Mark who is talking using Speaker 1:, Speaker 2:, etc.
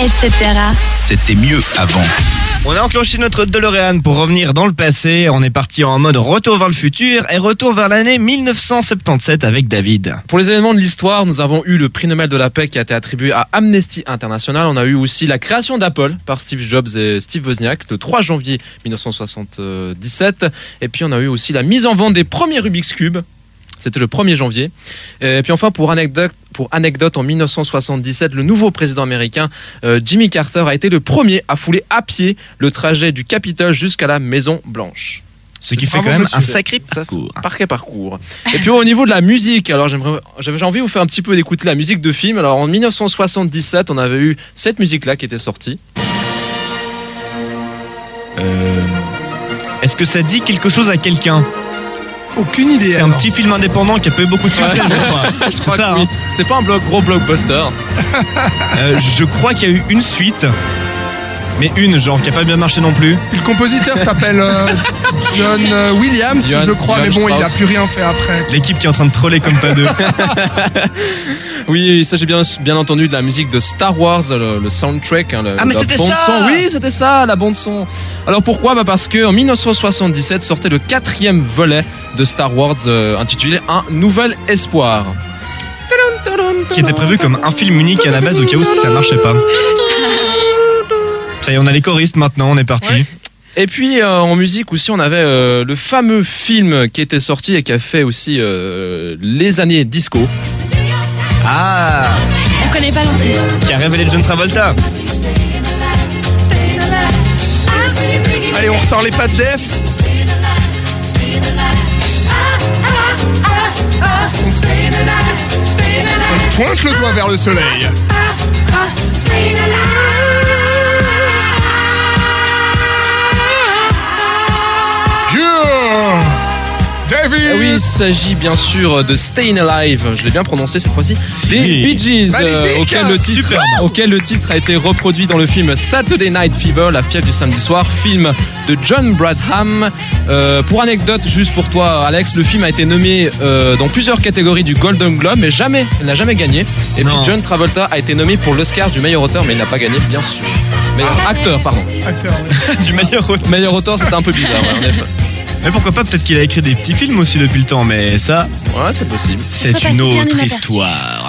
Speaker 1: etc.
Speaker 2: C'était mieux avant.
Speaker 3: On a enclenché notre DeLorean pour revenir dans le passé. On est parti en mode retour vers le futur et retour vers l'année 1977 avec David.
Speaker 4: Pour les événements de l'histoire, nous avons eu le prix Nobel de la paix qui a été attribué à Amnesty International. On a eu aussi la création d'Apple par Steve Jobs et Steve Wozniak le 3 janvier 1977. Et puis on a eu aussi la mise en vente des premiers Rubik's Cube. C'était le 1er janvier. Et puis enfin, pour anecdote, pour anecdote, en 1977, le nouveau président américain euh, Jimmy Carter a été le premier à fouler à pied le trajet du Capitole jusqu'à la Maison Blanche.
Speaker 3: Ce qui
Speaker 4: C'est
Speaker 3: fait quand
Speaker 4: vraiment
Speaker 3: même un
Speaker 4: possible.
Speaker 3: sacré
Speaker 4: Ça-
Speaker 3: parcours.
Speaker 4: Parquet parcours. Et puis au niveau de la musique, alors j'aimerais- j'avais j'ai envie de vous faire un petit peu d'écouter la musique de film. Alors en 1977, on avait eu cette musique-là qui était sortie.
Speaker 3: Euh, Est-ce que ça dit quelque chose à quelqu'un
Speaker 5: Aucune idée.
Speaker 3: C'est un
Speaker 5: alors.
Speaker 3: petit film indépendant qui a pas eu beaucoup de succès,
Speaker 4: Ouais.
Speaker 3: je crois.
Speaker 4: Je crois
Speaker 3: C'est ça, hein.
Speaker 4: que oui. C'était pas un bloc, gros blockbuster.
Speaker 3: Euh, je crois qu'il y a eu une suite. Mais une, genre, qui a pas bien marché non plus.
Speaker 5: Puis Le compositeur s'appelle euh, John euh, Williams,
Speaker 4: Johann-
Speaker 5: je crois,
Speaker 4: Johann
Speaker 5: mais bon, il a
Speaker 4: Strauss.
Speaker 5: plus rien fait après.
Speaker 3: L'équipe qui est en train de troller comme pas deux.
Speaker 4: Oui, il s'agit bien, bien entendu de la musique de Star Wars, le, le soundtrack. hein, le-
Speaker 3: Ah, mais
Speaker 4: la
Speaker 3: c'était
Speaker 4: bande
Speaker 3: ça
Speaker 4: son. Oui, c'était ça, la bande-son. Alors pourquoi bah Parce que en 1977 sortait le quatrième volet de Star Wars euh, intitulé Un Nouvel Espoir.
Speaker 3: qui était prévu comme un film unique à la base au cas où si ça marchait pas. Ça y est, on a les choristes maintenant, on est parti.
Speaker 4: Et puis euh, en musique aussi, on avait euh, le fameux film qui était sorti et qui a fait aussi euh, les années disco.
Speaker 3: Ah
Speaker 1: On connaît pas non plus.
Speaker 3: Qui a révélé John Travolta
Speaker 5: Allez, on ressort les pattes d'Ef. On pointe le doigt vers le soleil.
Speaker 4: Et Euh, Ah
Speaker 5: Yeah
Speaker 4: oui, il
Speaker 5: David
Speaker 4: s'agit bien sûr de Stayin' Alive, je l'ai bien prononcé cette fois-ci, des
Speaker 3: Si.
Speaker 4: Bee Gees, euh,
Speaker 5: Magnifique.
Speaker 4: auquel, le titre,
Speaker 3: Superbe.
Speaker 4: auquel le titre a été reproduit dans le film Saturday Night Fever, la fièvre du samedi soir, film de John Bradham. Euh, pour anecdote, juste pour toi Alex, le film a été nommé euh, dans plusieurs catégories du Golden Globe, mais jamais, il n'a jamais gagné. Et
Speaker 3: Non.
Speaker 4: puis John Travolta a été nommé pour l'Oscar du meilleur auteur, mais il n'a pas gagné, bien sûr. Meilleur
Speaker 3: Ah.
Speaker 4: acteur, pardon.
Speaker 5: Acteur, oui.
Speaker 3: Du meilleur auteur.
Speaker 4: Meilleur auteur, c'était un peu bizarre, ouais, en effet.
Speaker 3: Mais pourquoi pas, peut-être qu'il a écrit des petits films aussi depuis le temps, mais ça,
Speaker 4: Ouais, c'est possible.
Speaker 3: c'est
Speaker 1: Faut
Speaker 3: une
Speaker 1: passer bien
Speaker 3: autre
Speaker 1: inaperçu.
Speaker 3: histoire.